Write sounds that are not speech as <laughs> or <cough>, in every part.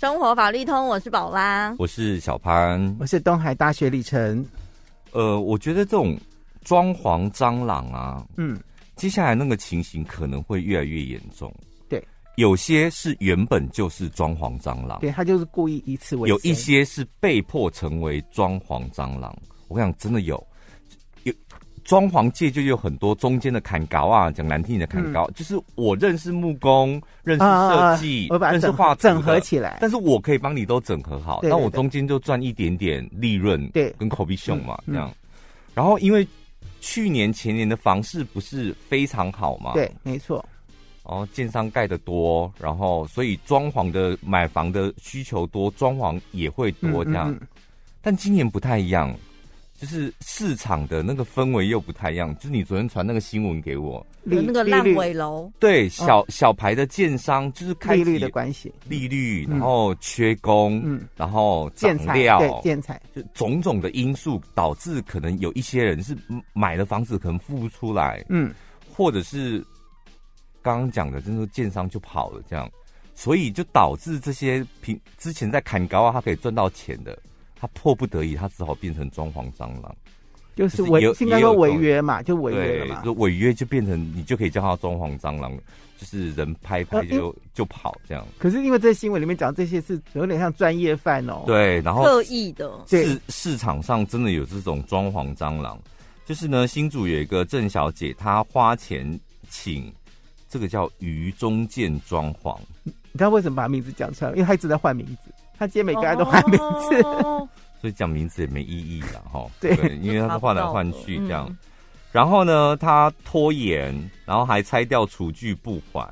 生活法律通，我是宝拉。我是小潘。我是东海大学李晨。呃，我觉得这种装潢蟑螂啊，嗯，接下来那个情形可能会越来越严重。对，有些是原本就是装潢蟑螂，对他就是故意以此为有生一些是被迫成为装潢蟑螂。我跟你讲，真的有有装潢界就有很多中间的砍高啊，讲难听点的嗯砍高，就是我认识木工，认识设计，啊我把它认识整画合图的整合起来。但是我可以帮你都整合好，对对那我对中间就赚一点点利润，对跟口碑熊嘛嗯这样。然后因为去年前年的房市不是非常好嘛，，对，没错，然后建商盖的多，然后所以装潢的买房的需求多，装潢也会多这样。嗯嗯嗯但今年不太一样，就是市场的那个氛围又不太一样。就是你昨天传那个新闻给我，利有那个利烂率尾楼，对小、小牌的建商就是开哦利启率的关系，利率，嗯然后缺工，嗯，然后涨建材料，对建材，就种种的因素导致，可能有一些人是嗯买了房子可能付不出来，嗯，或者是刚刚讲的，就是建商就跑了这样，所以就导致这些平之前在砍高啊，他可以赚到钱的，他迫不得已，他只好变成装潢蟑螂，就是就是违也有，应该也有这说种违约嘛，就违约了对，嘛。就违约就变成你就可以叫他装潢蟑螂，就是人拍拍呃因就、就跑这样，可是因为这新闻里面讲这些是有点像专业犯哦，，对，然后刻意的，对市市场上真的有这种装潢蟑螂，就是呢，新竹有一个郑小姐，她花钱请这个叫于中建装潢，你知道为什么把名字讲出来吗？因为他一直在换名字，他今天每个人都换名字，哦所以讲名字也没意义了哈。 <laughs> 对因为她换来换去这样。嗯然后呢，她拖延，然后还拆掉厨具不还。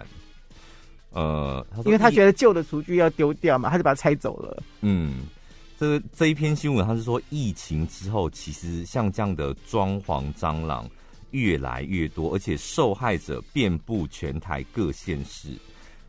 呃，她说 <laughs> 因为他一觉得旧的厨具要丢掉嘛，他就把它拆走了。嗯，这这一篇新闻，他是说疫情之后，其实像这样的装潢蟑螂越来越多，而且受害者遍布全台各县市。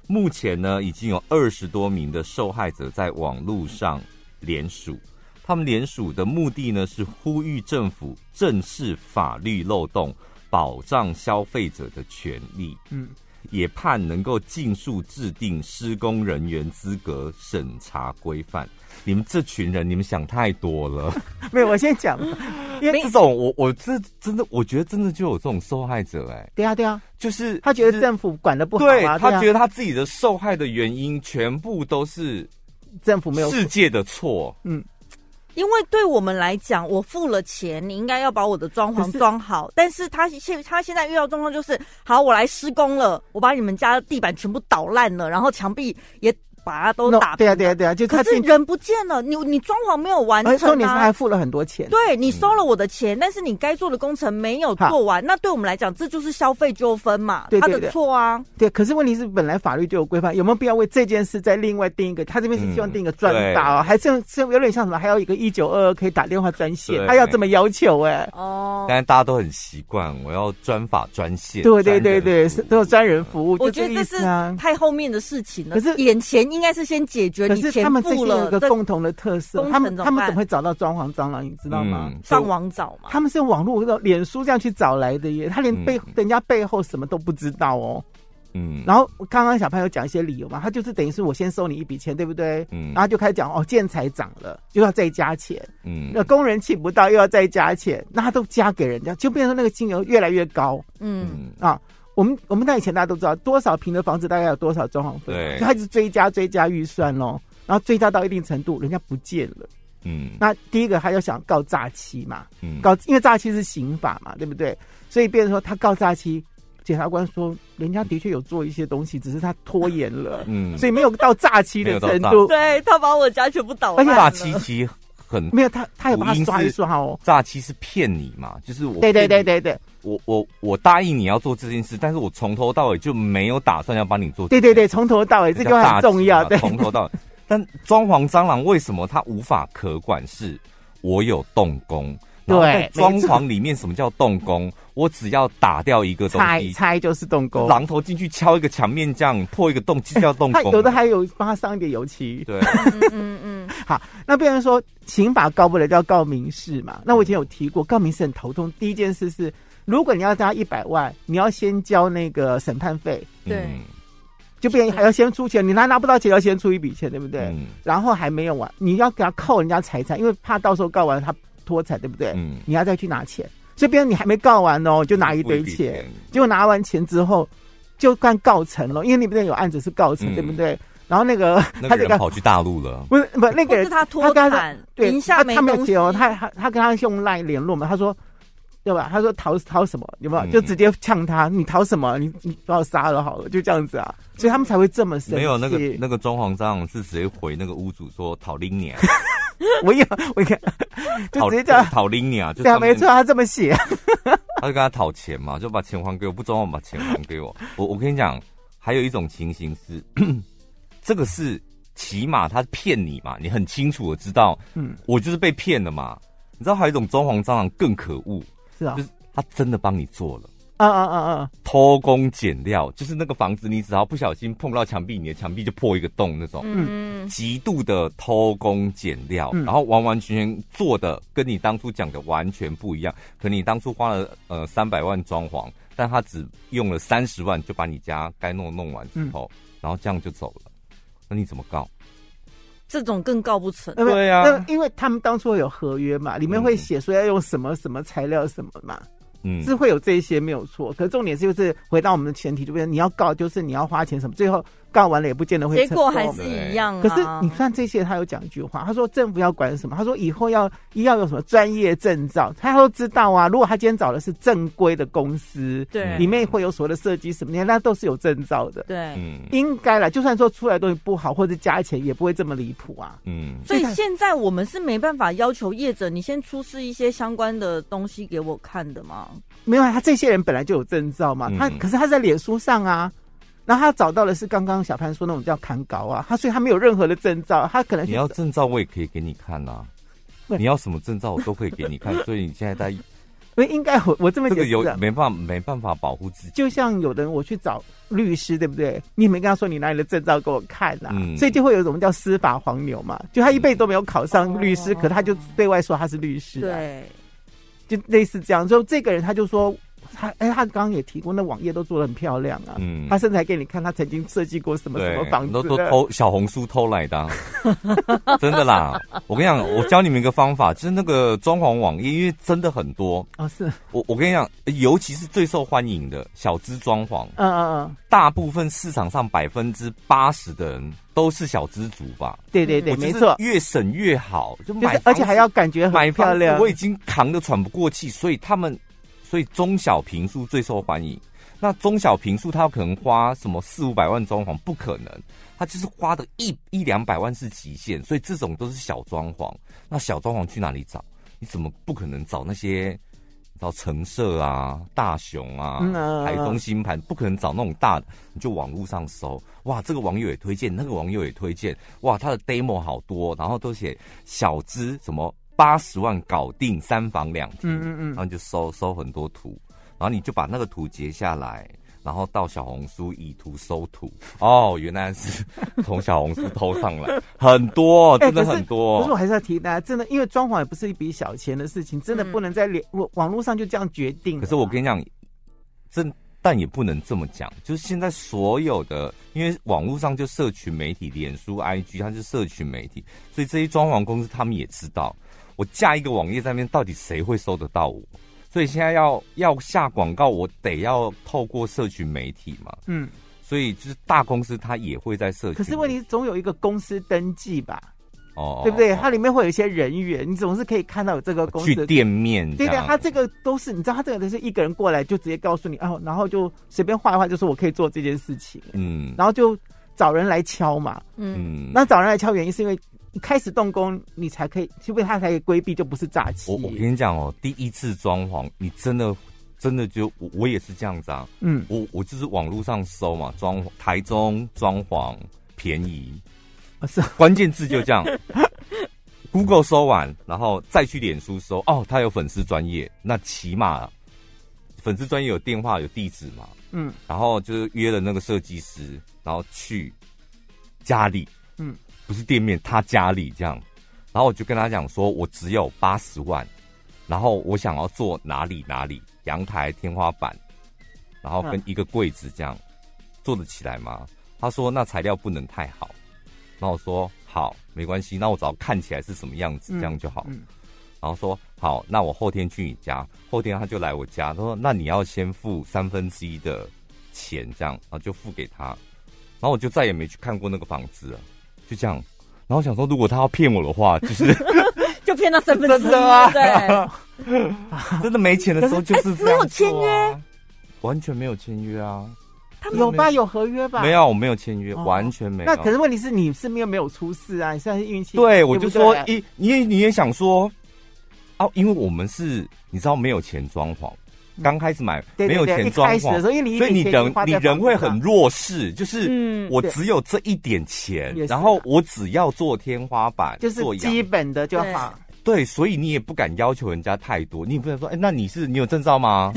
目前呢，已经有二十多名的受害者在网络上联署，他们联署的目的呢是呼吁政府正视法律漏洞，保障消费者的权利。嗯，也盼能够尽速制定施工人员资格审查规范。你们这群人，你们想太多 <laughs> 了。没有，我先讲，因为这种我我这真的，我觉得真的就有这种受害者哎、对啊对啊，就是他觉得就是政府管的不好对啊，他觉得得他自己的受害的原因全部都是政府没有世界的错。因为对我们来讲，我付了钱，你应该要把我的装潢可是装好。但是他现他现在遇到状况就是，好，我来施工了，我把你们家的地板全部捣烂了，然后墙壁也把它都 No，打。对啊对啊对啊，就可他是进人不见了，你你装潢没有完而且重成点是他啊还。付了很多钱。对你收了我的钱，但是你该做的工程没有好做完，那对我们来讲，这就是消费纠纷嘛，对对他的对错啊。对，可是问题是，本来法律就有规范，有没有必要为这件事再另外定一个？他这边是希望定一个专法哦，还是是有点像什么？还有一个一九二二可以打电话专线，对他要这么要求哎、哦，但是大家都很习惯，我要专法专线。对对对专人对，服是务都有专人服务，我就觉得个这意是思啊。太后面的事情了。可是眼前应该是先解决可你是钱他们这付些有了一个这共同的特色工，他程们怎么他们办怎么会找到装潢蟑螂？你知道吗？嗯上网找嘛。他们是网络的脸书这样去找来的耶，他连背、嗯人家背后什么都不知道哦。嗯然后刚刚小朋友讲一些理由嘛，他就是等于是我先收你一笔钱，对不对？嗯然后就开始讲哦，建材涨了，又要再加钱。嗯那工人请不到，又要再加钱，那他都加给人家，就变成那个金额越来越高嗯，嗯，啊。我们我们那以前大家都知道，多少平的房子大概有多少装潢费，对就开始追加追加预算咯，然后追加到一定程度，人家不见了。嗯那第一个他要想告诈欺嘛，嗯，告因为诈欺是刑法嘛，对不对？所以变成说他告诈欺，检察官说人家的确有做一些东西，只是他拖延了，嗯所以没有到诈欺没有的到程诈度，对他把我家全部倒而烂且了。诈欺其实很没有他他有把福音他是刷一刷哦。诈欺是骗你嘛，就是我对对骗对你对对，我我我答应你要做这件事，但是我从头到尾就没有打算要帮你做。对对对，，从头到尾这这句叫话大忌嘛很重要。对，从头到尾。但装潢蟑螂为什么它无法可管？是我有动工。然后对在装没错潢里面什么叫动工？我只要打掉一个东猜西，猜就是动工，榔头进去敲一个墙面这样破一个洞，就叫动他工了。有的还有帮他上一点油漆。对，嗯嗯嗯， <laughs> 那变成说刑法告不了，就要告民事嘛。那我以前有提过，告民事很头痛。第一件事是，如果你要加一百万，你要先交那个审判费，对嗯就变成还要先出钱，你拿拿不到钱要先出一笔钱，对不对？嗯然后还没有完，你要给他扣人家财产，因为怕到时候告完他脱财，对不对？嗯，你要再去拿钱，所以变成你还没告完哦，就拿一堆钱，，结果拿完钱之后就算告成了，因为那边有案子是告嗯成，对不对？然后那个那 <laughs> 个他这人个跑去大陆了，不是不是那或个是人他脱他刚产，对名下他没他没东有西结哦，他他他跟他用赖联络嘛，他说。对吧？他说逃逃什么？有没有？嗯就直接呛他，你逃什么？你你把我杀了好了，就这样子啊。所以他们才会这么生气。没有那个那个装潢账是直接回那个屋主说讨拎 <laughs> 你啊，我有我看，就讨直接叫讨拎你啊，就对啊，上面没错，他这么写。他就跟他讨钱嘛，就把钱还给我，不装潢把钱还给我。我我跟你讲，还有一种情形是， <clears throat> 这个是起码他骗你嘛，你很清楚的知道，嗯，我就是被骗了嘛。你知道还有一种装潢蟑螂更可恶，是啊 <laughs> 就，是他真的帮你做了。啊啊啊啊，偷工减料，就是那个房子，你只要不小心碰到墙壁，你的墙壁就破一个洞那种，嗯，极度的偷工减料，嗯然后完完全全做的跟你当初讲的完全不一样。可能你当初花了呃三百万装潢，但他只用了三十万就把你家该弄弄完之后，嗯然后这样就走了，那你怎么告？这种更告不成。那么对啊那因为他们当初有合约嘛，里面会写说要用什么什么材料什么嘛，嗯，是会有这一些没有错。可是重点是就是回到我们的前提，就是你要告，就是你要花钱什么，最后告完了也不见得会结成果功。还是一样啊。可是你看这些，他有讲一句话，他说政府要管什么？他说以后要要有什么专业证照，他都知道啊。如果他今天找的是正规的公司，对里面会有所谓的设计什么的，那都是有证照的。对，嗯应该啦，就算说出来的东西不好，或者加钱，也不会这么离谱啊。嗯，所以所以他现在我们是没办法要求业者，你先出示一些相关的东西给我看的嘛？没有啊，他这些人本来就有证照嘛，嗯他可是他在脸书上啊，然后他找到的是刚刚小潘说那种叫砍稿啊，他所以他没有任何的证照，他可能你去要证照我也可以给你看呐、对你要什么证照我都可以给你看，所以你现在 <laughs> 在不应该我我这么这解个有释、啊，没办法没办法保护自己。就像有的人我去找律师，对不对？你也没跟他说你拿你的证照给我看啊，嗯所以就会有一种叫司法黄牛嘛，就他一辈子都没有考上律师，嗯可他就对外说他是律师、啊，对，就类似这样。就这个人他就说他哎，他刚刚也提过，那网页都做的很漂亮啊。嗯他甚至还给你看他曾经设计过什么什么房子都啊都的偷小红书偷来的啊、 <laughs> 真的啦！我跟你讲，我教你们一个方法，就是那个装潢网页，因为真的很多。哦，是，嗯我我跟你讲，尤其是最受欢迎的小资装潢，嗯嗯，大部分市场上百分之八十的人都是小资族吧？对对我对，就是没错，越省越好，就就是买，而且还要感觉买很漂房子亮。我已经扛得喘不过气，所以他们，所以中小平数最受欢迎。那中小平数，他有可能花什么四五百万装潢，不可能，他就是花的一一两百万是极限，所以这种都是小装潢。那小装潢去哪里找？你怎么不可能找那些找橙色啊、大熊啊、嗯啊台中新盘？不可能找那种大的，你就网络上搜。哇，这个网友也推荐，那个网友也推荐，哇，他的 demo 好多，然后都写小资什么八十万搞定三房两厅，嗯嗯嗯然后你就搜搜很多图，然后你就把那个图截下来。然后到小红书以图搜图哦，原来是从小红书 <laughs> 偷上来，很多，哎啊真的可是很多。哦可是我还是要提大家，真的，因为装潢也不是一笔小钱的事情，真的嗯不能在脸网网络上就这样决定。啊可是我跟你讲，这但也不能这么讲，就是现在所有的，因为网络上就社群媒体，脸书、IG，它是社群媒体，所以这些装潢公司他们也知道，我架一个网页在那边，到底谁会搜得到我？所以现在要要下广告，我得要透过社群媒体嘛，嗯，所以就是大公司它也会在社群，可是问题总有一个公司登记吧，哦，对不对？哦它里面会有一些人员，你总是可以看到有这个公司去。店面对这对，样他这个都是，你知道，他这个都是一个人过来就直接告诉你，哦，然后就随便画一画，就说我可以做这件事情，嗯然后就找人来敲嘛。嗯，嗯那找人来敲原因是因为一开始动工，你才可以，是不是他才可以规避，就不是诈欺？我我跟你讲哦，第一次装潢，你真的真的就我我也是这样子啊，嗯，我我就是网络上搜嘛，装台中装潢便宜，哦是关键字就这 <laughs> 样。Google 搜完，然后再去脸书搜，哦，他有粉丝专业，那起码粉丝专业有电话有地址嘛，嗯，然后就是约了那个设计师，然后去家里，嗯，不是店面，他家里这样，然后我就跟他讲说，我只有八十万，然后我想要做哪里哪里，阳台、天花板，然后跟一个柜子这样，做得起来吗？他说那材料不能太好。然后我说好，没关系，那我只要看起来是什么样子，嗯这样就好。嗯然后说好，那我后天去你家，后天他就来我家，他说那你要先付三分之一的钱，这样，然后就付给他，然后我就再也没去看过那个房子了，就这样。然后想说，如果他要骗我的 <laughs> 话，就是嗯就骗到三分之一，真的啊对，真的没钱的时候就是这哎没样、啊有签约，完全没有签约啊，他有吧？没有合约吧？没。有，啊我没有签约，哦完全没有。那可是问题是你是没有没有出事啊，你算是运气。对，对我不就说对一，你也你也想说，哦、因为我们是你知道没有钱装潢，刚开始买嗯对对没有对钱一装开始的潢时，候，因为你一所以笔你钱已人经花你在人房会子很上弱势，就是嗯，我对只有这一点钱也，是然后啊我只要做天花板，就是做阳基本的就好。对，所以你也不敢要求人家太多，你也不能说，哎、那你是你有证照 <laughs> 吗？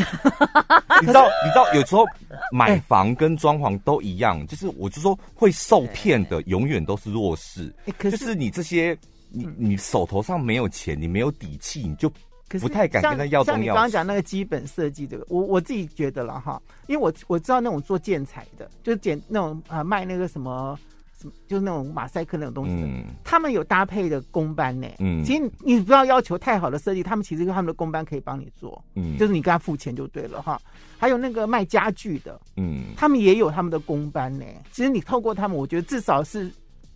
你知道，你知道，有时候买房跟装潢都一样，就是我就说会受骗的，永远都是弱势。哎可嗯就是是你这些，你你手头上没有钱，你没有底气，你就可是不太敢跟他要东像像你要刚刚西讲那个基本设计，这个我我自己觉得了哈，因为我我知道那种做建材的，就是剪那种啊、呃卖那个什么什么，就是那种马赛克那种东西的。嗯，他们有搭配的工班呢、嗯其实你你不要要求太好的设计，他们其实他们的工班可以帮你做，嗯就是你跟他付钱就对了哈。还有那个卖家具的，嗯他们也有他们的工班呢、其实你透过他们，我觉得至少是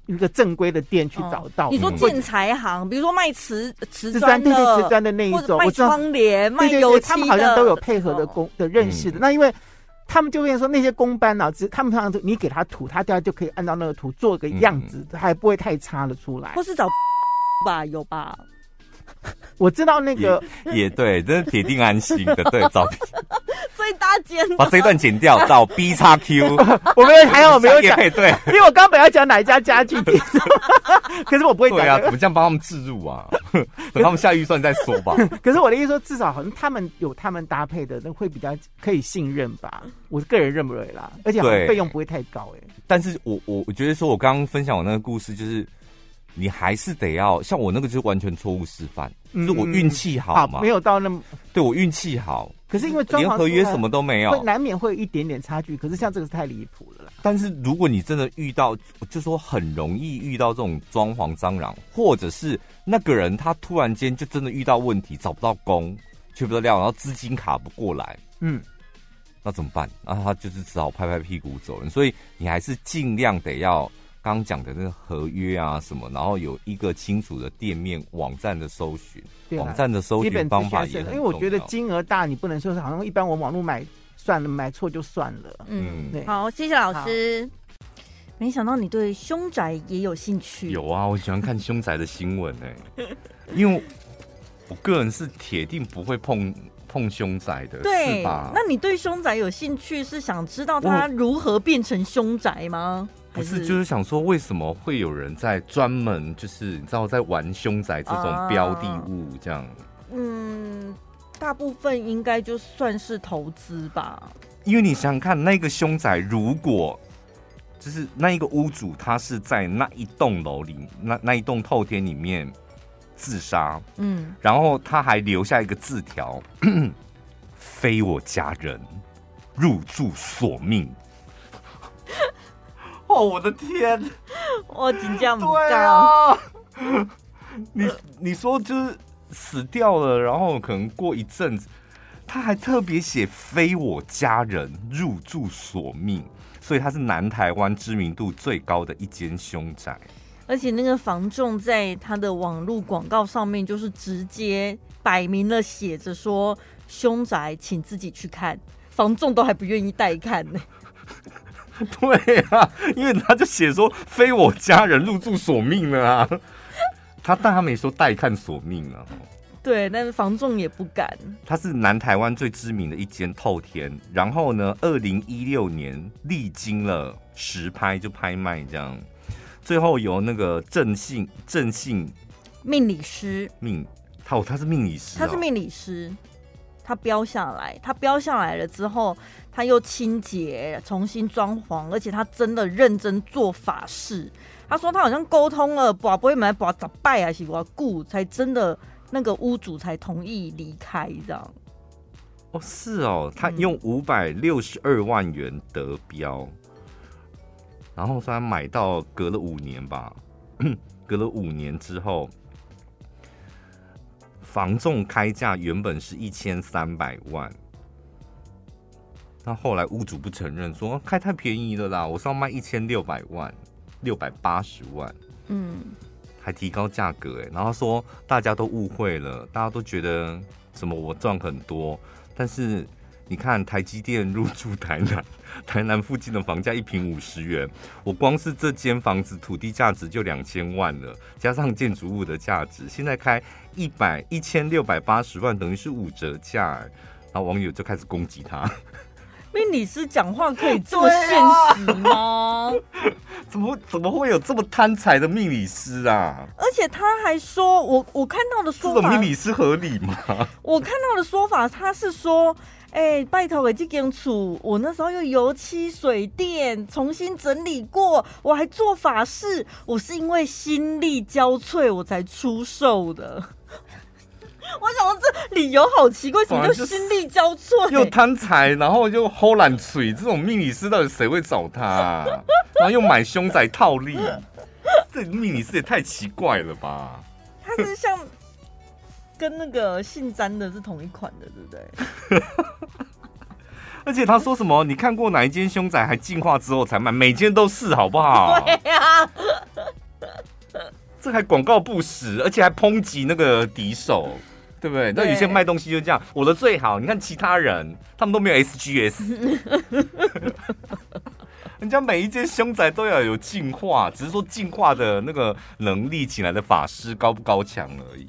一个正规的 <laughs> 店去找到。哦你说嗯建材行，比如说卖瓷瓷瓷砖砖的，对对瓷砖的那一或者种，卖我知道窗帘、卖对对油对，漆他们好像的都有配合的哦工的认识的。嗯那因为他们就变成说那些工班啊，只他们常常就你给他图，他大家就可以按照那个图做个嗯样子，还不会太差的出来或。 <laughs> 是找吧，有吧？我知道那个也对，这是铁定安心的。对，找 <laughs> 最大间的 <laughs> 把这一段剪掉，找 B 叉 <laughs> Q，哎我们还好没有也讲，可以对 <laughs> 因为我刚本来要讲哪一家家 <laughs> 具店，可是我不会讲对啊，的。怎么这样帮他们置入啊？ <laughs> 等他们下预算再说 <laughs> 吧。可是我的意思说，至少好像他们有他们搭配的，那会比较可以信任吧。我个人认为啦，而且好像对费用不会太高哎、但是我我我觉得说，我刚刚分享我那个故事，就是你还是得要像我那个，就是完全错误示范，嗯就是我运气好嘛，没有到那么。对我运气好，可是因为装连潢合约出来什么都没会有。难免会有一点点差距，可是像这个是太离谱了啦。但是如果你真的遇到，就说很容易遇到这种装潢蟑螂，或者是那个人他突然间就真的遇到问题，找不到工，缺不到料，然后资金卡不过来，嗯，那怎么办？那他就是只好拍拍屁股走人。嗯所以你还是尽量得要刚刚讲的那个合约啊什么，然后有一个清楚的店面网站的搜寻，对啦网站的搜基寻本方法资也讯很是因为我觉得重要金额大，你不能说是好像一般我网络买算了，买错就算了。嗯，对，好，谢谢老师。没想到你对凶宅也有兴趣，有啊，我喜欢看凶宅的新闻哎、因为我个人是铁定不会碰碰凶宅的，对是吧？那你对凶宅有兴趣，是想知道它如何变成凶宅吗？不还是，就是想说，为什么会有人在专门就是你知道在玩凶宅这种啊标的物这样？嗯，大部分应该就算是投资吧。因为你想想看，那个凶宅如果就是那一个屋主，他是在那一栋楼里，那那一栋透天里面自杀，嗯，然后他还留下一个字条：“ <clears throat> 非我家人，入住索命。” <laughs> 哦，我的天！我请教母对刚，啊，嗯 <laughs> 你你说就是死掉了，然后可能过一阵子，他还特别写非我家人入住索命，所以他是南台湾知名度最高的一间凶宅。 <laughs> 而且那个房仲在他的网络广告上面就是直接摆明了写着说凶宅，请自己去看，房仲都还不愿意带看呢、对啊，因为他就写说非我家人入住索命了啊。他但他没说带看索命啊，对，但是房仲也不敢。它是南台湾最知名的一间透天。然后呢，二零一六年历经了实拍就拍卖这样，最后由那个郑信郑信命理师，命，他哦他是命理师、哦，他是命理师，他标下来，他标下来了之后，他又清洁，重新装潢，而且他真的认真做法事。他说他好像沟通了，把不会买把咋拜啊，是我顾才真的那个屋主才同意离开这样。哦是哦，他嗯用五百六十二万元得标。然后虽然买到隔了五年吧， <clears throat> 隔了五年之后，房仲开价原本是一千三百万，那后来屋主不承认说啊开太便宜了啦，我是要卖一千六百万，六百八十万。嗯，还提高价格哎、然后说大家都误会了，大家都觉得什么我赚很多，但是你看台积电入驻台南，台南附近的房价一平五十元，我光是这间房子土地价值就两千万了，加上建筑物的价值，现在开一百一千六百八十万，等于是五折价、欸，然后网友就开始攻击他，命理师讲话可以这么现实吗？怎么怎么会有这么贪财的命理师啊？而且他还说，我我看到的这说种法命理师合理吗？我看到的说法，他是说，哎、拜托给这间厝，我那时候用油漆、水电重新整理过，我还做法事，我是因为心力交瘁我才出售的。 <laughs> 我想说这理由好奇怪，什么反正叫就是心力交 <laughs> 瘁？又贪财，然后又齁懒嘴，这种命理师到底谁会找他、啊？然后又买凶宅套利，啊这命理师也太奇怪了吧？他是像跟那个姓詹的是同一款的，对不对？而且他说什么？你看过哪一间凶宅还进化之后才卖？每间都是，好不好？对啊呀、这还广告不实，而且还抨击那个敌手，对不对？那有些卖东西就这样，我的最好，你看其他人他们都没有 SGS，人家每一间凶宅都要有进化，只是说进化的那个能力请来的法师高不高强而已。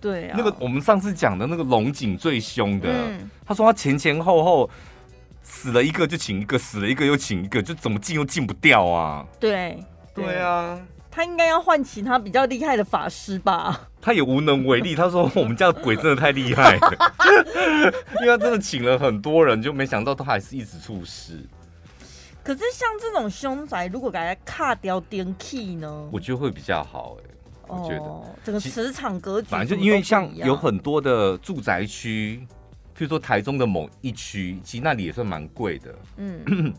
对啊，那个啊我们上次讲的那个龙井最凶的，嗯他说他前前后后死了一个就请一个，死了一个又请一个，就怎么进又进不掉啊。对对，啊。他应该要换其他比较厉害的法师吧？他也无能为力。他说：“我们家的鬼真的太厉害 <laughs> 了，因为他真的请了很多人，就没想到他还是一直出事。可是像这种凶宅，如果给它卡掉电器呢？我觉得会比较好、哎，我觉得哦、整个磁场格局，反正就因为像有，很多的住宅区，譬如说台中的某一区，其实那里也算蛮贵的。嗯，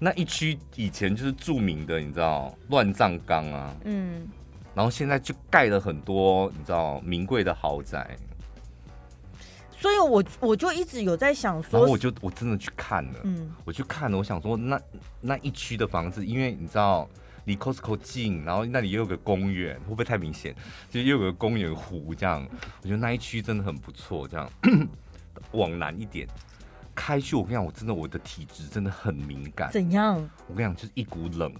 那一区以前就是著名的，你知道乱葬岗啊，嗯，然后现在就盖了很多你知道名贵的豪宅。所以我我就一直有在想然说后我，就我真的去看了，嗯，我去看了，我想说那那一区的房子，因为你知道离 Costco 近，然后那里也有个公园，会不会太明显？就又有个公园湖这样，我觉得那一区真的很不错。这样 <clears throat> 往南一点开去，我跟你讲，我真的我的体质真的很敏感，怎样？我跟你讲，就是一股冷，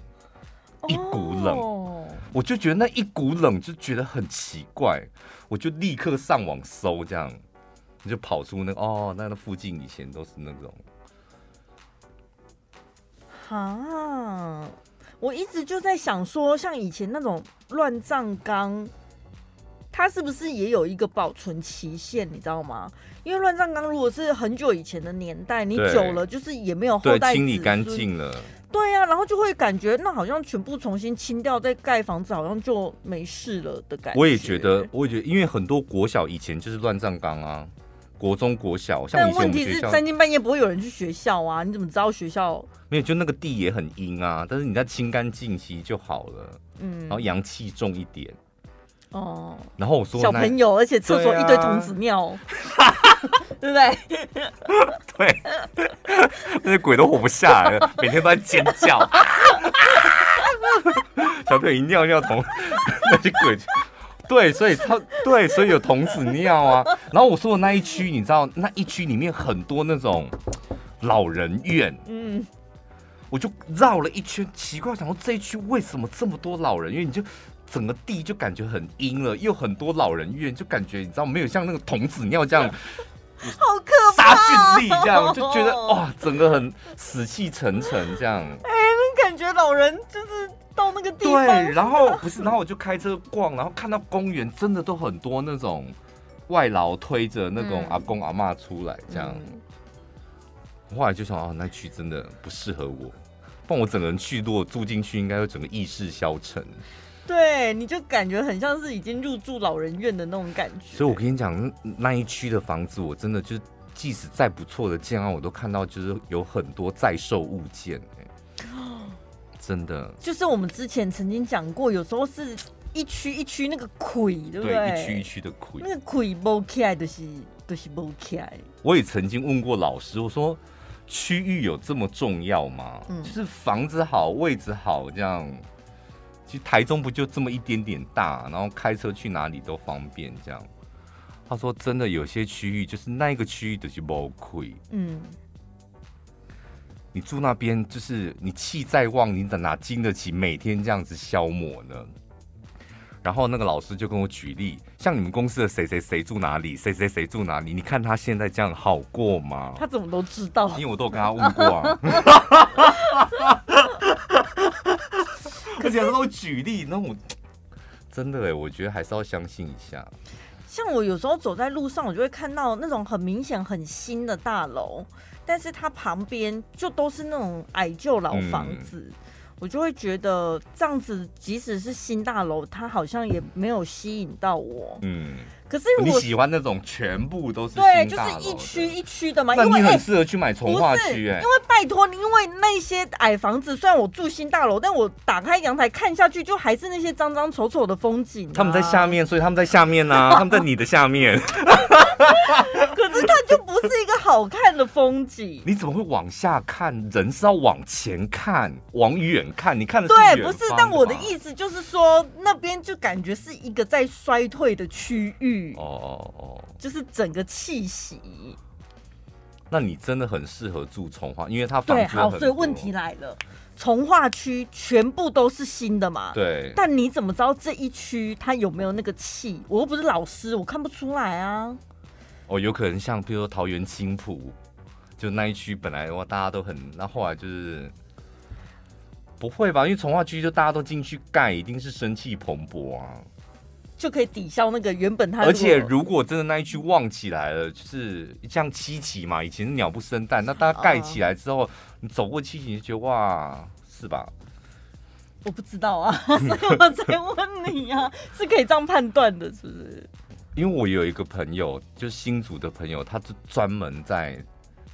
一股冷哦、我就觉得那一股冷就觉得很奇怪，我就立刻上网搜这样。你就跑出那个哦，那那附近以前都是那种哈，我一直就在想说，像以前那种乱葬岗，它是不是也有一个保存期限？你知道吗？因为乱葬岗如果是很久以前的年代，你对久了就是也没有后对代清理子干孙，净了，对呀、然后就会感觉那好像全部重新清掉再盖房子，好像就没事了的感觉。我也觉得，，我也觉得，因为很多国小以前就是乱葬岗啊，国中、国小，像但以前我问们题学是校三更半夜不会有人去学校啊？你怎么知道学校？没有，就那个地也很阴啊，但是你再清干净其实就好了，嗯然，后阳气重一点。哦。然后我说小那朋友，而且厕所对啊一堆童子尿，对不对？ <laughs> <laughs> 对， <laughs> 那些鬼都活不下来了，每 <laughs> 天都在尖叫。 <laughs> 小朋友一尿尿童， <laughs> 那些鬼就，对，所以他对，所以有童子尿啊。然后我说的那一区，你知道那一区里面很多那种老人院，嗯，我就绕了一圈，奇怪，想说这一区为什么这么多老人院？你就整个地就感觉很阴了，又很多老人院，就感觉你知道没有像那个童子尿这样 <laughs> 好可怕、杀菌力这样，就觉得哇，整个很死气沉沉这样。感觉老人就是到那个地方，对，然后不是，然后我就开车逛，然后看到公园真的都很多那种外劳推着那种嗯阿公阿嬷出来这样。嗯我后来就想，哦，那区真的不适合我。不然我整个人去，如果住进去，应该会整个意识消沉。对，你就感觉很像是已经入住老人院的那种感觉。所以我跟你讲，那那一区的房子，我真的就是，即使再不错的建案，我都看到就是有很多在售物件、欸 <gasps> 真的，就是我们之前曾经讲过，有时候是一区一区那个溃，对不对？一区一区的亏那。个溃不起来，就是就是不起来。我也曾经问过老师，我说区域有这么重要吗？嗯就是房子好，位置好，这样。其实台中不就这么一点点大，然后开车去哪里都方便，这样。他说真的，有些区域就是那一个区域的是崩溃，嗯，你住那边就是你气再旺，你哪经得起每天这样子消磨呢？然后那个老师就跟我举例，像你们公司的谁谁谁住哪里，谁谁谁住哪里，你看他现在这样好过吗？他怎么都知道。因为我都有跟他问过啊。而且他都举例，那我真的哎，我觉得还是要相信一下。像我有时候走在路上，我就会看到那种很明显很新的大楼，但是它旁边就都是那种矮旧老房子，嗯我就会觉得这样子，即使是新大楼，它好像也没有吸引到我。嗯，可是你我喜欢那种全部都是对，新就大是楼的一区一区的嘛，那因为你哎、很适合去买从不化是，区因哎为。拜托你，因为那些矮房子，虽然我住新大楼，但我打开阳台看下去，就还是那些脏脏丑丑的风景、啊他们在下，面，所以他们在下面呐、 <laughs> 他们在你的下面，可是它就不是一个好看的风景。 <laughs> 你怎么会往下看？人是要往前看，往远看。你看的是对，远不是方，但我的吧意思就是说，那边就感觉是一个在衰退的区域，哦哦哦，就是整个气息。那你真的很适合住从化，因为它房对，子好，很所以多问题来了，从化区全部都是新的嘛？。对，但你怎么知道这一区它有没有那个气？我又不是老师，我看不出来啊。哦，有可能像比如说桃园青浦，就那一区本来哇大家都很，那后来就是不会吧？因为从化区就大家都进去盖，一定是生气蓬勃啊。就可以抵消那个原本它。而且如果真的那一区旺起来了，就是像七期嘛，以前是鸟不生蛋，那大家盖起来之后，你走过七期你就觉得哇，是吧？我不知道啊， <laughs> 所以我才问你啊，是可以这样判断的，是不是？因为我有一个朋友，就是新竹的朋友，他就专门在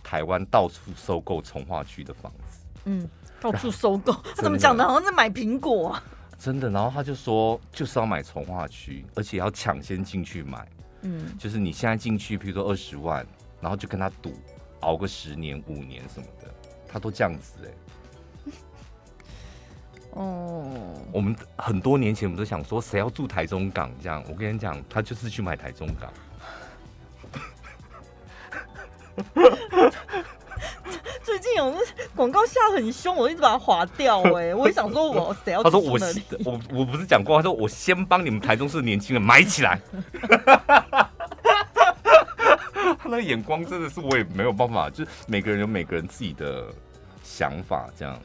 台湾到处收购从化区的房子。嗯，到啊处收购，他怎么讲的？好像在买苹果、啊。真的，然后他就说就是要买从化区，而且要抢先进去买，嗯，就是你现在进去，比如说二十万，然后就跟他赌，熬个十年五年什么的，他都这样子哎、哦，我们很多年前我们都想说，谁要住台中港这样？我跟你讲，他就是去买台中港。最近有那广告下很凶，我一直把它划掉、 <laughs> 哎，我也想说我谁要他说住我那里我我不是讲过，他说我先帮你们台中市的年轻人买起来。 <laughs> 他那个眼光真的是我也没有办法，就是每个人有每个人自己的想法这样。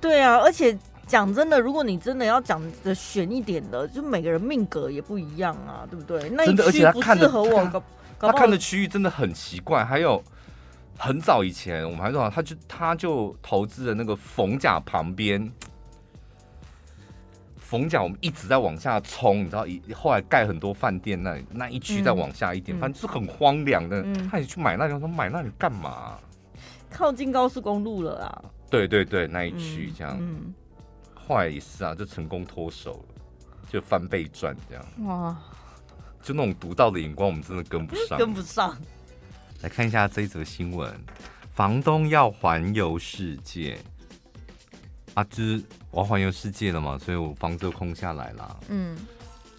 对啊，而且讲真的，如果你真的要讲的选一点的，就每个人命格也不一样啊，对不对？那一真的而且区他不看适得合我，他搞搞不他好看的区域真的很奇怪，还有很早以前我们还说，他就他就投资的那个逢甲旁边，逢甲我们一直在往下冲，你知道，以后来盖很多饭店那里那一区再往下一点，嗯反正就是很荒凉的。嗯他也去买那里，我说买那里干嘛、靠近高速公路了啊，对对对，那一嗯区这样，嗯后来也是啊，就成功脱手了，就翻倍赚这样，哇，就那种独到的眼光，我们真的跟不上，跟不上。来看一下这一则新闻：房东要环游世界啊，就是我要环游世界了嘛，所以我房子就空下来啦，嗯，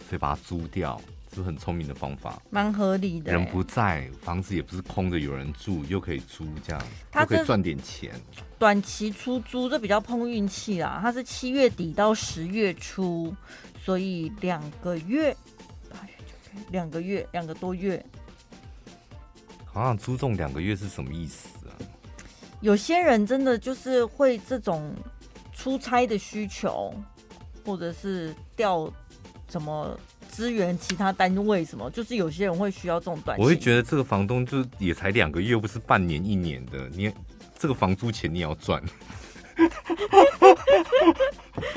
所以把它租掉，是不是很聪明的方法？蛮合理的欸、人不在，房子也不是空着，有人住又可以租，这样他又可这以赚点钱。短期出租，这比较碰运气啦。它是七月底到十月初，所以两个月，八月九月两个月，两个多月。好像租中两个月是什么意思啊？有些人真的就是会这种出差的需求，或者是调什么资源，其他单位什么，就是有些人会需要这种短期。我会觉得这个房东就是也才两个月，不是半年一年的，你这个房租钱你也要赚。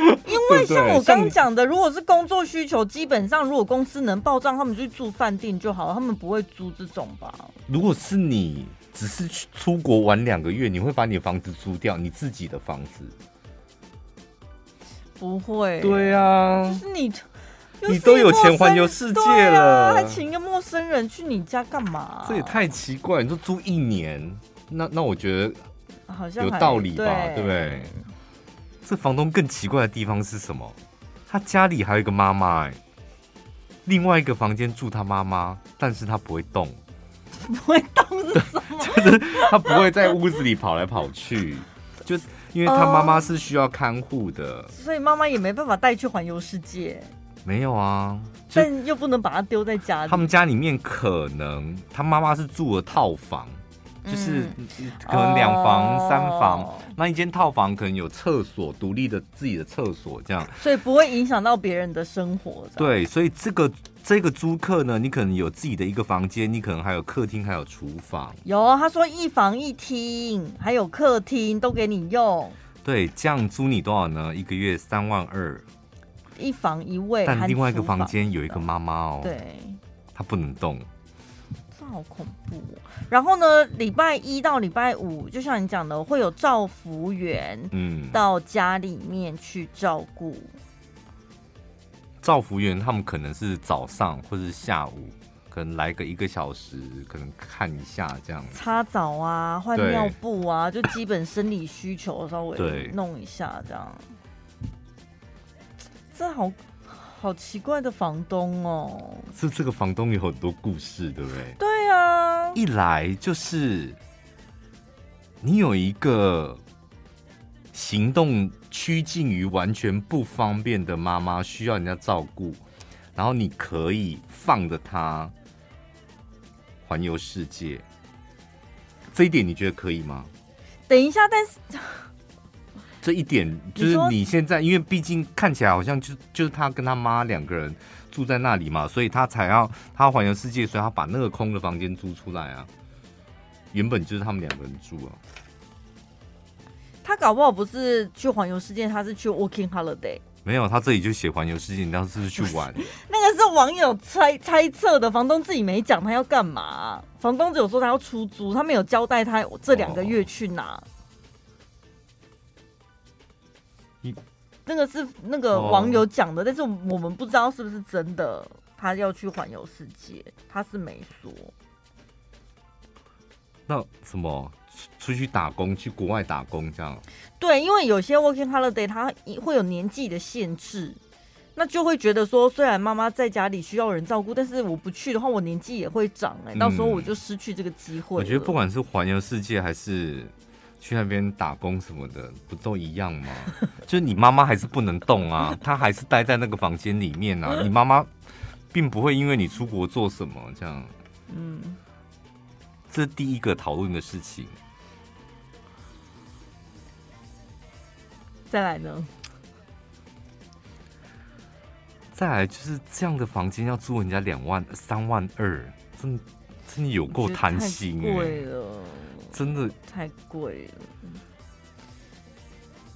因为对像我像刚你讲的，如果是工作需求，基本上如果公司能报账，他们就去住饭店就好了，他们不会租这种吧？如果是你只是去出国玩两个月，你会把你的房子租掉，你自己的房子，不会，对啊，就是你，又你是都一有陌钱环生游人世对界啊了还请一个陌生人去你家干嘛啊、这也太奇怪，你说租一年，那那我觉得好像有还道理吧，对不？对？这房东更奇怪的地方是什么？他家里还有一个妈妈、哎，另外一个房间住他妈妈，但是他不会动，不会动是什 <laughs> 么？他不会在屋子里跑来跑去，就因为他妈妈是需要看护的。所以妈妈也没办法带去环游世界，没有啊，就但又不能把它丢在家里。他们家里面可能他妈妈是住的套房，就是嗯可能两房、嗯哦三房，那一间套房可能有厕所，独立的自己的厕所 <laughs> 这样。所以不会影响到别人的生活。这样，对，所以这个这个租客呢，你可能有自己的一个房间，你可能还有客厅，还有厨房。有他说一房一厅，还有客厅都给你用，对，这样租你多少呢？一个月三万二，一房一卫，但含另外一个厨房房间有一个妈妈哦，对。她不能动。这好恐怖、哦！然后呢，礼拜一到礼拜五，就像你讲的，会有照服员嗯，到家里面去照顾。照服员他们可能是早上或是下午，可能来个一个小时，可能看一下这样。擦澡啊，换对尿布啊，就基本生理需求稍微对弄一下，这样。这好好奇怪的房东哦。是这个房东有很多故事，对不对？对啊，一来就是你有一个行动趋近于完全不方便的妈妈，需要人家照顾，然后你可以放着她环游世界，这一点你觉得可以吗？等一下，但是这一点就是你现在，因为毕竟看起来好像就就是他跟他妈两个人住在那里嘛，所以他才要他环游世界，所以他把那个空的房间租出来啊。原本就是他们两个人住啊，他搞不好不是去环游世界，他是去 working holiday。没有他这里就写环游世界，你当时是去玩，那个是网友猜猜测的，房东自己没讲他要干嘛、房东只有说他要出租，他没有交代他这两个月去哪。一那个是那个哦网友讲的，但是我们不知道是不是真的。他要去环游世界，他是没说。那什么出出去打工，去国外打工这样，对，因为有些 working holiday 它会有年纪的限制，那就会觉得说，虽然妈妈在家里需要人照顾，但是我不去的话，我年纪也会长哎、嗯到时候我就失去这个机会了。我觉得不管是环游世界还是去那边打工什么的，不都一样吗？就是你妈妈还是不能动啊，她还是待在那个房间里面啊。你妈妈并不会因为你出国做什么这样，嗯，这是第一个讨论的事情。再来呢，再来就是这样的房间要租人家两万三万二，真的真的有够我觉得贪心太哎、贵了，真的太贵了。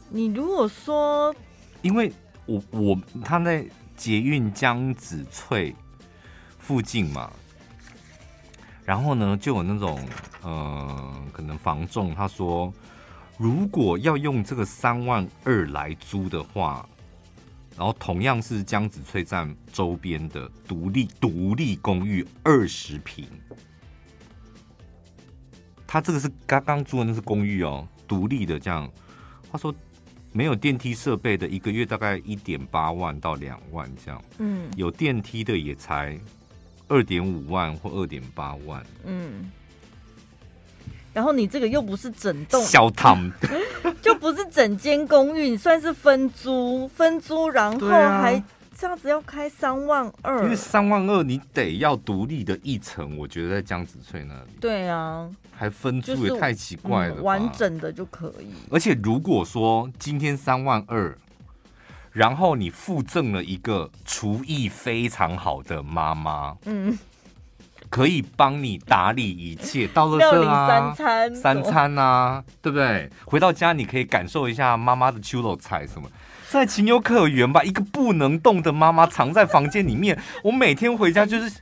你如果说因为我我他在捷运江子翠附近嘛，然后呢就有那种呃，可能房仲他说，如果要用这个三万二来租的话，然后同样是江子翠站周边的独立独立公寓二十平，他这个是刚刚租的那是公寓哦，独立的这样，他说没有电梯设备的，一个月大概一点八万到两万这样；嗯有电梯的也才二点五万或二点八万。嗯，然后你这个又不是整栋，小唐， <laughs> 就不是整间公寓，你算是分租，分租，然后对啊还这样子要开三万因二为，三万二你得要独立的一层，我觉得在江子翠那里对啊，还分就租是也太奇怪了、嗯完。整的就可以。而且如果说今天三万二，然后你附赠了一个厨艺非常好的妈妈，嗯，可以帮你打理一切，到了料这理啊，三餐，三，餐啊，对不对？回到家你可以感受一下妈妈的秋老菜什么，这还情有可原吧？一个不能动的妈妈藏在房间里面，我每天回家就是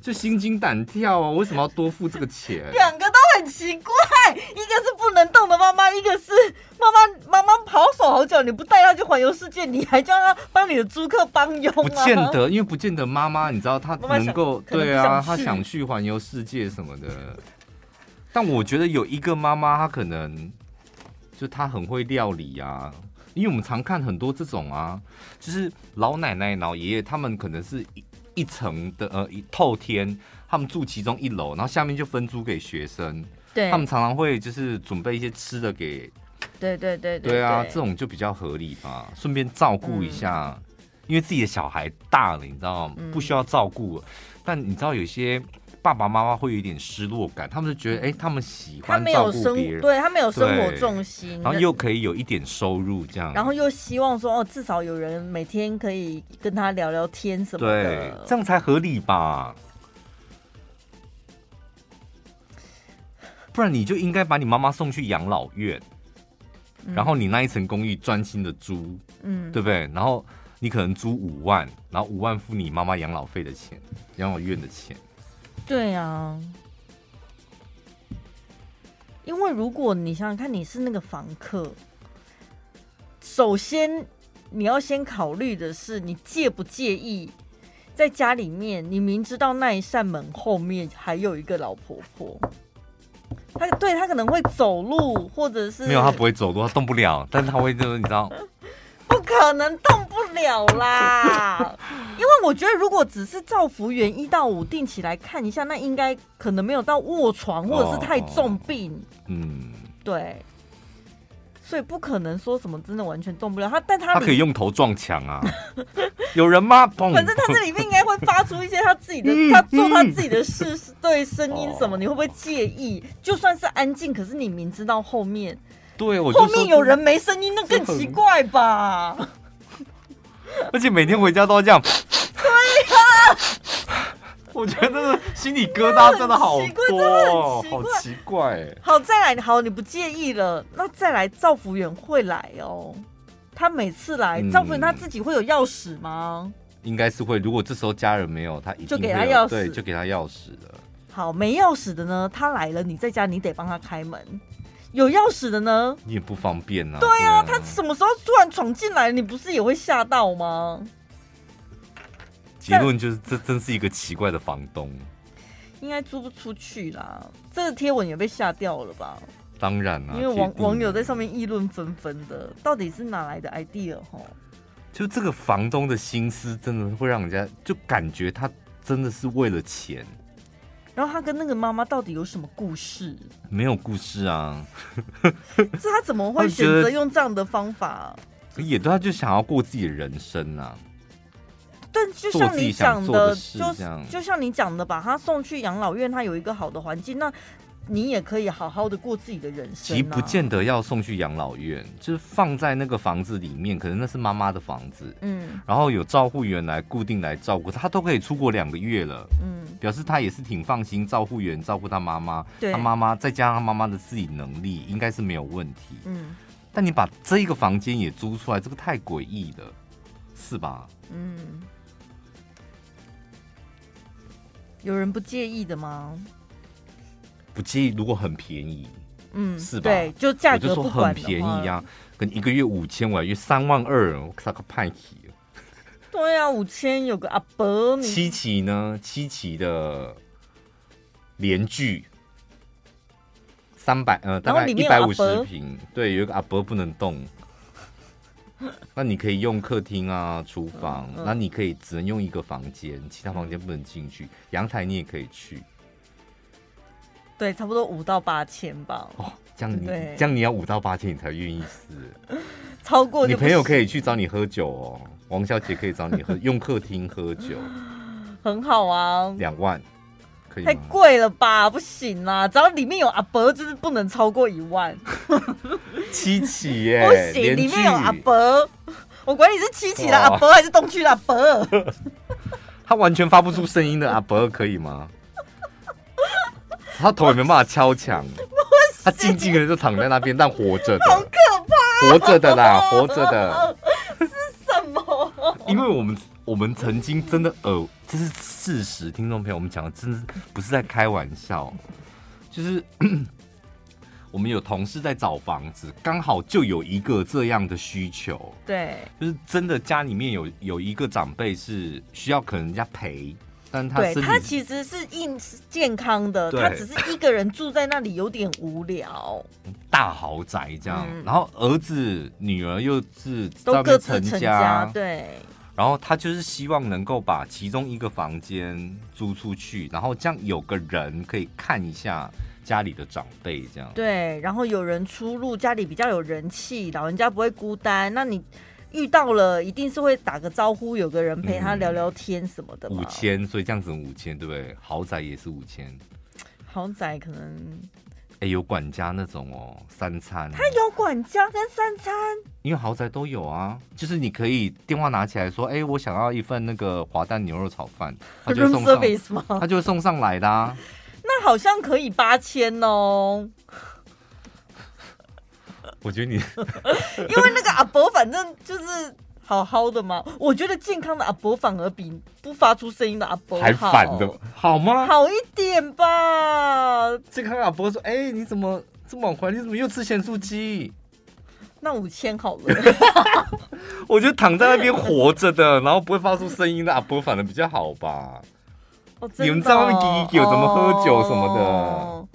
就心惊胆跳啊！为什么要多付这个钱？两个都很奇怪，一个是不能动的妈妈，一个是妈妈妈妈跑手好脚，你不带她去环游世界，你还叫她帮你的租客帮佣啊不吗？见得，因为不见得妈妈，你知道她妈妈想能够可能对不啊，想她去想去环游世界什么的。但我觉得有一个妈妈，她可能就她很会料理啊，因为我们常看很多这种啊，就是老奶奶、老爷爷，他们可能是一一层的呃一透天，他们住其中一楼，然后下面就分租给学生，对他们常常会就是准备一些吃的给对对对对啊，这种就比较合理吧，顺便照顾一下，因为自己的小孩大了，你知道吗？嗯不需要照顾了。但你知道有些爸爸妈妈会有一点失落感，他们就觉得哎、他们喜嗯他欢没照有顾生别，人，对他没有生活对重心，然后又可以有一点收入这样，然后又希望说哦，至少有人每天可以跟他聊聊天什么对，的。这样才合理吧。不然你就应该把你妈妈送去养老院，嗯然后你那一层公寓专心的租，嗯，对不对？然后你可能租五万，然后五万付你妈妈养老费的钱、养老院的钱。对啊。因为如果你想想看，你是那个房客，首先你要先考虑的是，你介不介意在家里面，你明知道那一扇门后面还有一个老婆婆，她对她可能会走路，或者是没有，他不会走路，他动不了，但是他会就是你 <laughs> 知道，不可能动不了 <laughs> 啦，因为我觉得如果只是照服员一到五定期来看一下，那应该可能没有到卧床或者是太重病，嗯，对，所以不可能说什么真的完全动不了。他但他他可以用头撞墙啊，有人吗？ <laughs> 砰！反正他这里面应该会发出一些他自己 <laughs> 的，嗯他做他自己的事，对声音什么，你会不会介意？就算是安静，可是你明知道后面对我就后说面有人，没声音，那更奇怪吧？而且每天回家都要这样。对呀、 <laughs> 我觉得那个心里疙瘩真的好多哦，真的很奇怪真的很奇好怪奇怪哎。好，再来，好，你不介意了，那再来，赵福员会来哦。他每次来，嗯赵福员他自己会有钥匙吗？应该是会，如果这时候家人没有，他一定就给他会有钥匙对，就给他钥匙了。好，没钥匙的呢，他来了，你在家你得帮他开门。有钥匙的呢，你也不方便啊。对啊，他什么时候突然闯进来，你不是也会吓到吗？结论就是这真是一个奇怪的房东。应该租不出去啦。这个贴文也被下掉了吧？当然啦、因为网铁定啊网友在上面议论纷纷的，到底是哪来的 idea 吼？就这个房东的心思，真的会让人家就感觉他真的是为了钱，然后他跟那个妈妈到底有什么故事？没有故事啊。这他怎么会他觉选得择用这样的方法？可也对，他就想要过自己的人生啊。但就做像自己你想讲做的的，事就这样就像你讲的，把他送去养老院，他有一个好的环境，那你也可以好好的过自己的人生、其啊。实不见得要送去养老院，就是放在那个房子里面，可能那是妈妈的房子，嗯然后有照护员来固定来照顾他，他都可以出国两个月了。嗯，表示他也是挺放心，照护员照顾他妈妈，对他妈妈再加上他妈妈的自己能力，应该是没有问题。嗯但你把这个房间也租出来，这个太诡异了，是吧？嗯，有人不介意的吗？不介意，如果很便宜，嗯，是吧对，就价我就格说不很管的便宜话，啊，跟一个月五千，我还约三万二，我靠个派奇。对啊，五千有个阿伯，你七期呢？七期的连剧。三百呃，大然后概里一面有百阿五十伯平，对，有一个阿伯不能动， <laughs> 那你可以用客厅啊、厨房，嗯嗯那你可以只能用一个房间，其他房间不能进去，阳台你也可以去，对，差不多五到八千吧，哦，这样你对这样你要五到八千你才愿意撕，超过你就不朋友行可以去找你喝酒哦，王小姐可以找 <laughs> 你喝，用客厅喝酒，很好啊，两万可以太吗？贵了吧，不行啦！只要里面有阿伯，就是不能超过一万，七期耶，哎不行，哎连里面有剧阿伯。我管你是七期的哇阿伯还是东区的阿 <laughs> 伯，他完全发不出声音的阿伯可以吗？他头也没办法 <laughs> 敲墙，他静静的就躺在那边，但活着的，好可怕、活着的啦，活着的。什么？因为我们我们曾经真的呃，这是事实，听众朋友，我们讲的真的不是在开玩笑。就是 <clears throat> 我们有同事在找房子，刚好就有一个这样的需求，对，就是真的家里面有有一个长辈是需要可能人家陪，但他对身他体其实是硬健康的，对他只是一个人住在那里有点无聊，大豪宅这样，嗯然后儿子女儿又是在都外各面自成家，家，对，然后他就是希望能够把其中一个房间租出去，然后这样有个人可以看一下家里的长辈这样。对，然后有人出入，家里比较有人气，老人家不会孤单。那你遇到了，一定是会打个招呼，有个人陪他嗯聊聊天什么的吧。五千，所以这样子五千，对不对？豪宅也是五千，豪宅可能哎，有管家那种哦，三餐。他有管家跟三餐，因为豪宅都有啊，就是你可以电话拿起来说，哎，我想要一份那个滑蛋牛肉炒饭，他就 room 送上， service 吗？他就会送上来的、啊。那好像可以八千 <laughs> 哦，我觉得你因为那个阿伯反正就是。好好的嘛，我觉得健康的阿伯反而比不发出声音的阿伯还好反的，好吗？好一点吧。这个阿伯说：“哎、你怎么这么晚回来？你怎么又吃咸酥鸡那五千好了。？” <laughs> 我觉得躺在那边活着的，然后不会发出声音的阿伯反而比较好吧。哦，你们知道在外面滴酒怎么喝酒什么的哦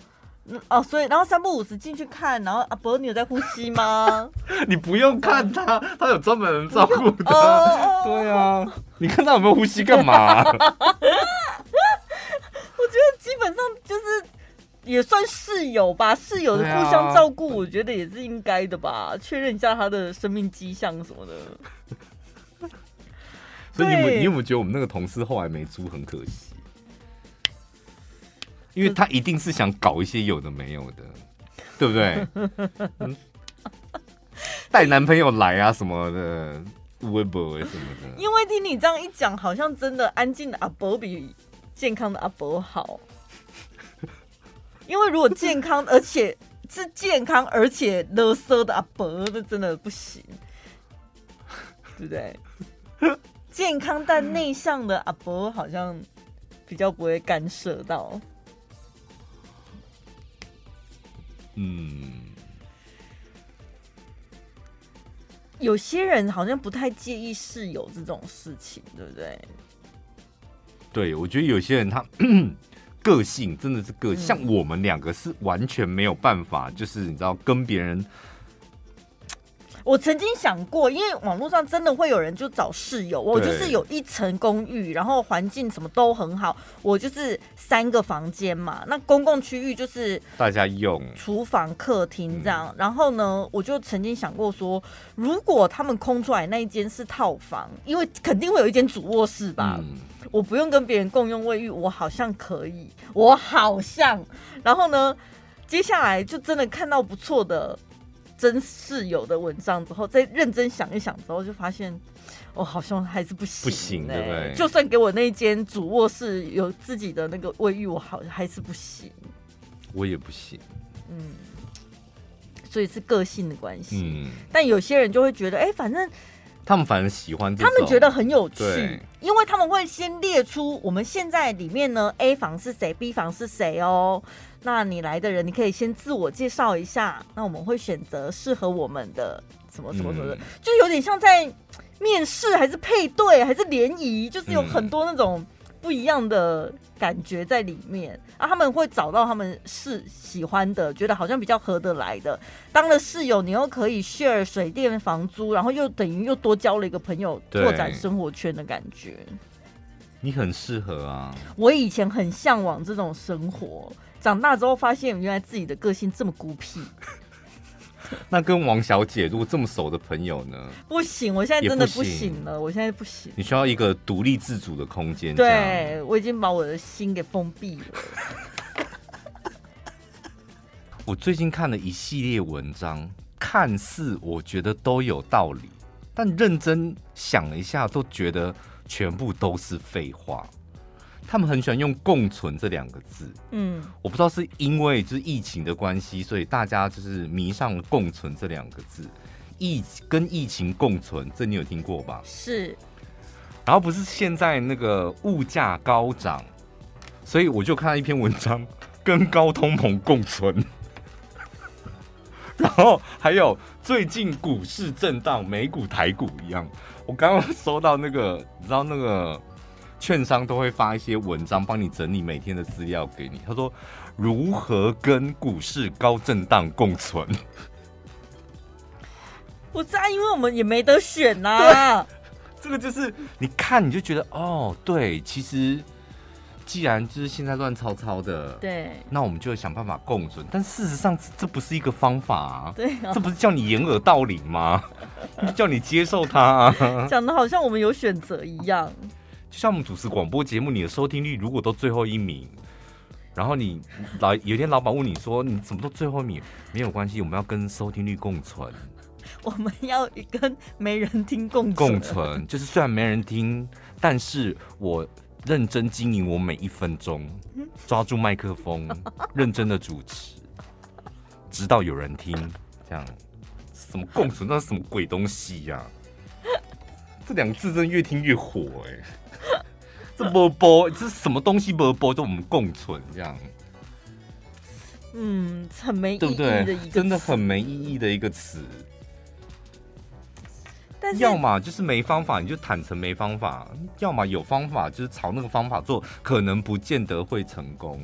嗯哦，所以然后三不五时进去看，然后阿伯你有在呼吸吗？你不用看他，他有专门人照顾哦他。哦，哦对啊，你看他有没有呼吸干 <laughs> 嘛？我觉得基本上就是也算室友吧，室友的对啊互相照顾，我觉得也是应该的吧，确认一下他的生命迹象什么的。所以你们对你有没有觉得我们那个同事后来没租很可惜？因为他一定是想搞一些有的没有的，对不对？嗯 <laughs> 带男朋友来啊什么的，微博什么的。因为听你这样一讲，好像真的安静的阿伯比健康的阿伯好。因为如果健康，而且是健康而且勒瑟的阿伯，那真的不行，对不对？健康但内向的阿伯好像比较不会干涉到。嗯，有些人好像不太介意室友这种事情，对不对？对，我觉得有些人他 <clears throat> 个性真的是个，嗯像我们两个是完全没有办法，就是你知道跟别人我曾经想过，因为网络上真的会有人就找室友，我对就是有一层公寓，然后环境什么都很好，我就是三个房间嘛，那公共区域就是大家用，厨房、客厅嗯这样。然后呢，我就曾经想过说，如果他们空出来那一间是套房，因为肯定会有一间主卧室吧，嗯，我不用跟别人共用卫浴，我好像可以，我好像。然后呢，接下来就真的看到不错的真室友的文章之后，再认真想一想之后，就发现我好像还是不行、欸，不行对不对就算给我那一间主卧室有自己的那个卫浴，我好还是不行，我也不行，所以是个性的关系。嗯，但有些人就会觉得，哎、反正他们反而喜欢这他种，们觉得很有趣对，因为他们会先列出我们现在里面呢 A 房是谁，B 房是谁哦。那你来的人，你可以先自我介绍一下，那我们会选择适合我们的什么什么什么的，嗯就有点像在面试还是配对还是联谊，就是有嗯很多那种不一样的感觉在里面啊。他们会找到他们是喜欢的，觉得好像比较合得来的，当了室友，你又可以 share 水电房租，然后又等于又多交了一个朋友，对拓展生活圈的感觉。你很适合啊，我以前很向往这种生活，长大之后发现原来自己的个性这么孤僻，那跟王小姐如果这么熟的朋友呢？不行，我现在真的也不不行行了，我现在不行。你需要一个独立自主的啊空间，这样，对，我已经把我的心给封闭 <laughs> 了。我最近看了一系列文章，看似我觉得都有道理，但认真想了一下，都觉得全部都是废话。他们很喜欢用“共存”这两个字，嗯，我不知道是因为就是疫情的关系，所以大家就是迷上了“共存”这两个字。疫跟疫情共存，这你有听过吧？是然后不是现在那个物价高涨，所以我就看到一篇文章，跟高通膨共存。 <laughs> 然后还有最近股市震荡，美股、台股一样。我刚刚收到那个，你知道那个券商都会发一些文章，帮你整理每天的资料给你。他说如何跟股市高震荡共存。不是啊，因为我们也没得选呐、这个就是你看你就觉得哦，对，其实既然就是现在乱糟糟的，对那我们就想办法共存。但事实上，这不是一个方法、啊，对啊这，不是叫你掩耳盗铃吗？ <laughs> 叫你接受它、啊。讲的好像我们有选择一样。就像我们主持广播节目，你的收听率如果都最后一名，然后你老有一天老板问你说你怎么都最后一名，没有关系，我们要跟收听率共存，我们要跟没人听共 <laughs> 共存就是虽然没人听，但是我认真经营我每一分钟，抓住麦 <laughs> 克风，认真的主持，直到有人听，这样什么共存那是什么鬼东西呀、 <laughs> 这两个字真的越听越火哎、 <laughs> 这波波这什么东西波波就我们共存这样，嗯，很没意义对不的对一个，？真的很。没意义的一个词。但是要么就是没方法，你就坦诚没方法；要么有方法，就是朝那个方法做，可能不见得会成功。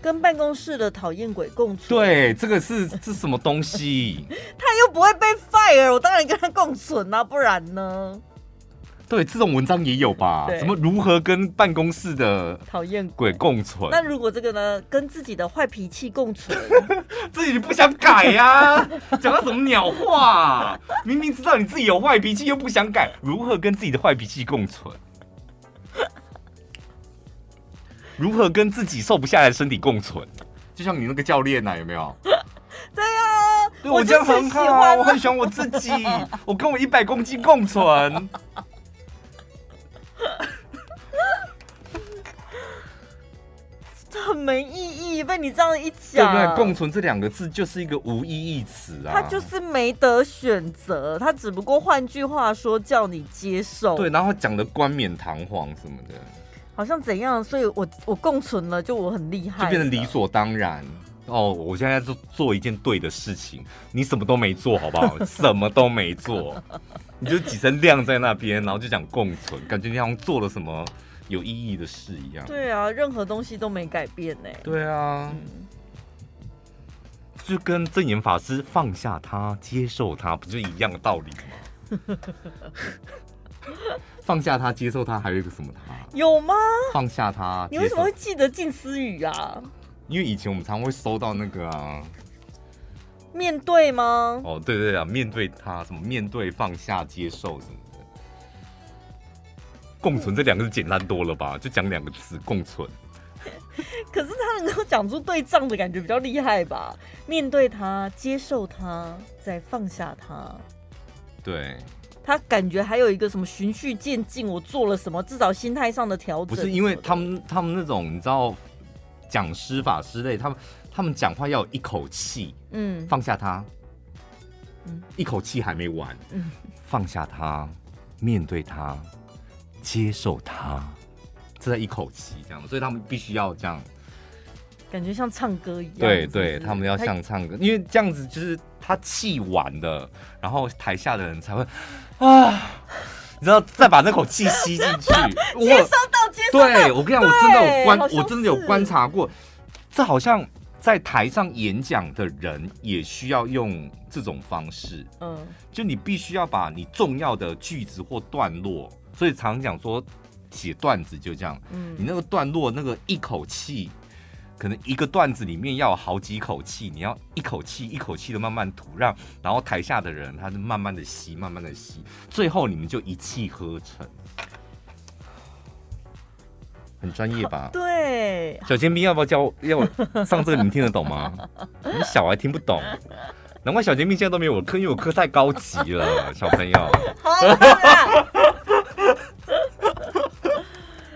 跟办公室的讨厌鬼共存，，对，这个是这什么 <laughs> 东西？他又不会被 fire，我当然跟他共存啊，不然呢？对，这种文章也有吧？对怎么如何跟办公室的讨厌鬼。鬼共存？那如果这个呢，跟自己的坏脾气共存，自己不想改呀、 <laughs> 讲到什么鸟话啊、明明知道你自己有坏脾气，又不想改，如何跟自己的坏脾气 <laughs> 共存？如何跟自己瘦不下来的身体共存？就像你那个教练呐、啊，有没有？ <laughs> 对啊，对我就这样很很喜好啊，欢我啊很喜欢我自己， <laughs> 我跟我一百公斤共 <laughs> 存。这很没意义。被你这样一对讲，不对？共存这两个字就是一个无意义词啊，他就是没得选择，他只不过换句话说叫你接受，对，，然后讲的冠冕堂皇什么的，好像怎样，所以我我共存了，就我很厉害就了，变成理所当然。哦，我现在在做做一件对的事情，你什么都没做，好不好？什么都没做，你就几声亮在那边，然后就讲共存，感觉你好像做了什么有意义的事一样。对啊，任何东西都没改变呢、对啊，就跟正言法师放下他、接受他，不就一样的道理吗？放下他、接受他，还有一个什么他？有吗？放下他，你为什么会接受？记得近思语啊？因为以前我们常会收到那个啊，面对吗？哦，对对啊，面对他，什么面对、放下、接受什么的。共存这两个字简单多了吧？就讲两个字，共存。可是他能够讲出对仗的感觉比较厉害吧？面对他，接受他，再放下他。对，他感觉还有一个什么循序渐进，我做了什么，至少心态上的调整。不是因为他们他们那种你知道讲师法师类，他们他们讲话要有一口气，嗯，放下他，嗯一口气还没完，嗯放下他，面对他，接受他，这在一口气这样，所以他们必须要这样，感觉像唱歌一样。对是不对，是他们要像唱歌，因为这样子就是他气完了，然后台下的人才会 <sighs> 啊。你知道，再把那口气吸进 <laughs> 去。我接收到接收到，对我跟你讲，我真的有观好，像我真的有是观察过，这好像在台上演讲的人也需要用这种方式，嗯，就你必须要把你重要的句子或段落，所以常讲说写段子就这样，嗯你那个段落那个一口气。可能一个段子里面要有好几口气，你要一口气一口气的慢慢吐，让然后台下的人他就慢慢的吸，慢慢的吸，最后你们就一气呵成，很专业吧？对，小尖兵要不要教？要我上这个你听得懂 <laughs> 吗？你小孩听不懂，难怪小尖兵现在都没有我课，因为我课太高级了，小朋友。好啦。 <laughs>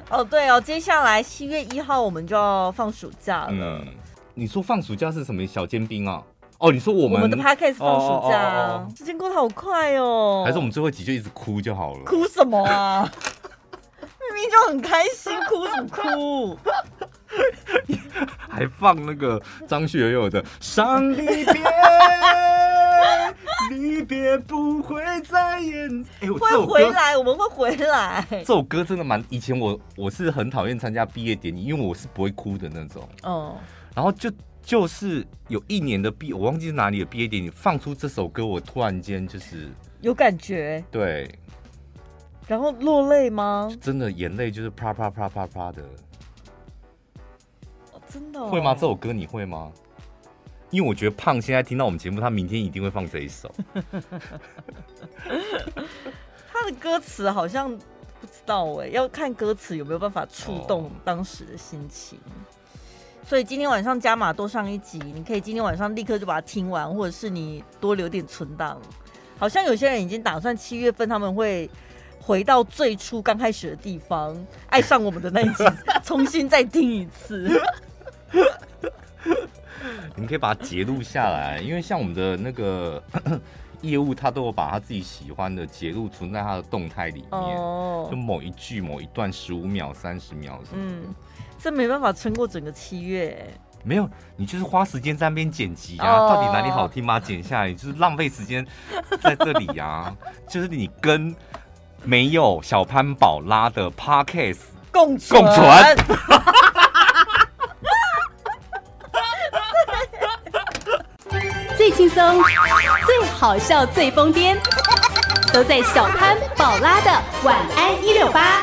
哦，对哦，接下来七月一号我们就要放暑假了。嗯，你说放暑假是什么？小尖兵啊？哦，你说我我们们的 podcast 放暑假哦哦啊哦，时间过得好快哦。还是我们最后一集就一直哭就好了。哭什么 <laughs> 啊？明明就很开心，哭什么哭？还放那个张学 <laughs> 友的《伤离别》，离别不会再演。哎、我这会首回歌，来，我们会回来这。首歌真的蛮……以前我我是很讨厌参加毕业典礼，因为我是不会哭的那种。哦，然后就就是有一年的毕，我忘记是哪里的毕业典礼，放出这首歌，我突然间就是有感觉，对，然后落泪吗？真的眼泪就是啪啪啪啪啪的。哦真的、哦、会吗？这首歌你会吗？因为我觉得胖现在听到我们节目，他明天一定会放这一首。他的歌词好像不知道哎、要看歌词有没有办法触动哦当时的心情。所以今天晚上加码多上一集，你可以今天晚上立刻就把它听完，或者是你多留点存档。好像有些人已经打算七月份他们会回到最初刚开始的地方，爱上我们的那一集， <laughs> 重新再听一次。你们可以把它截录下来，因为像我们的那个 <coughs> 业务，他都有把他自己喜欢的截录存在他的动态里面，哦就，某一句、某一段十五秒、三十秒什么。嗯，这没办法撑过整个七月。没有，你就是花时间在那边剪辑啊，哦到底哪里好听吗？剪下来，你就是浪费时间在这里啊，就是你跟没有小潘宝拉的 podcast 共存。共存最轻松、最 <laughs> 好笑、最疯癫，都在小潘宝拉的《晚安一六八》。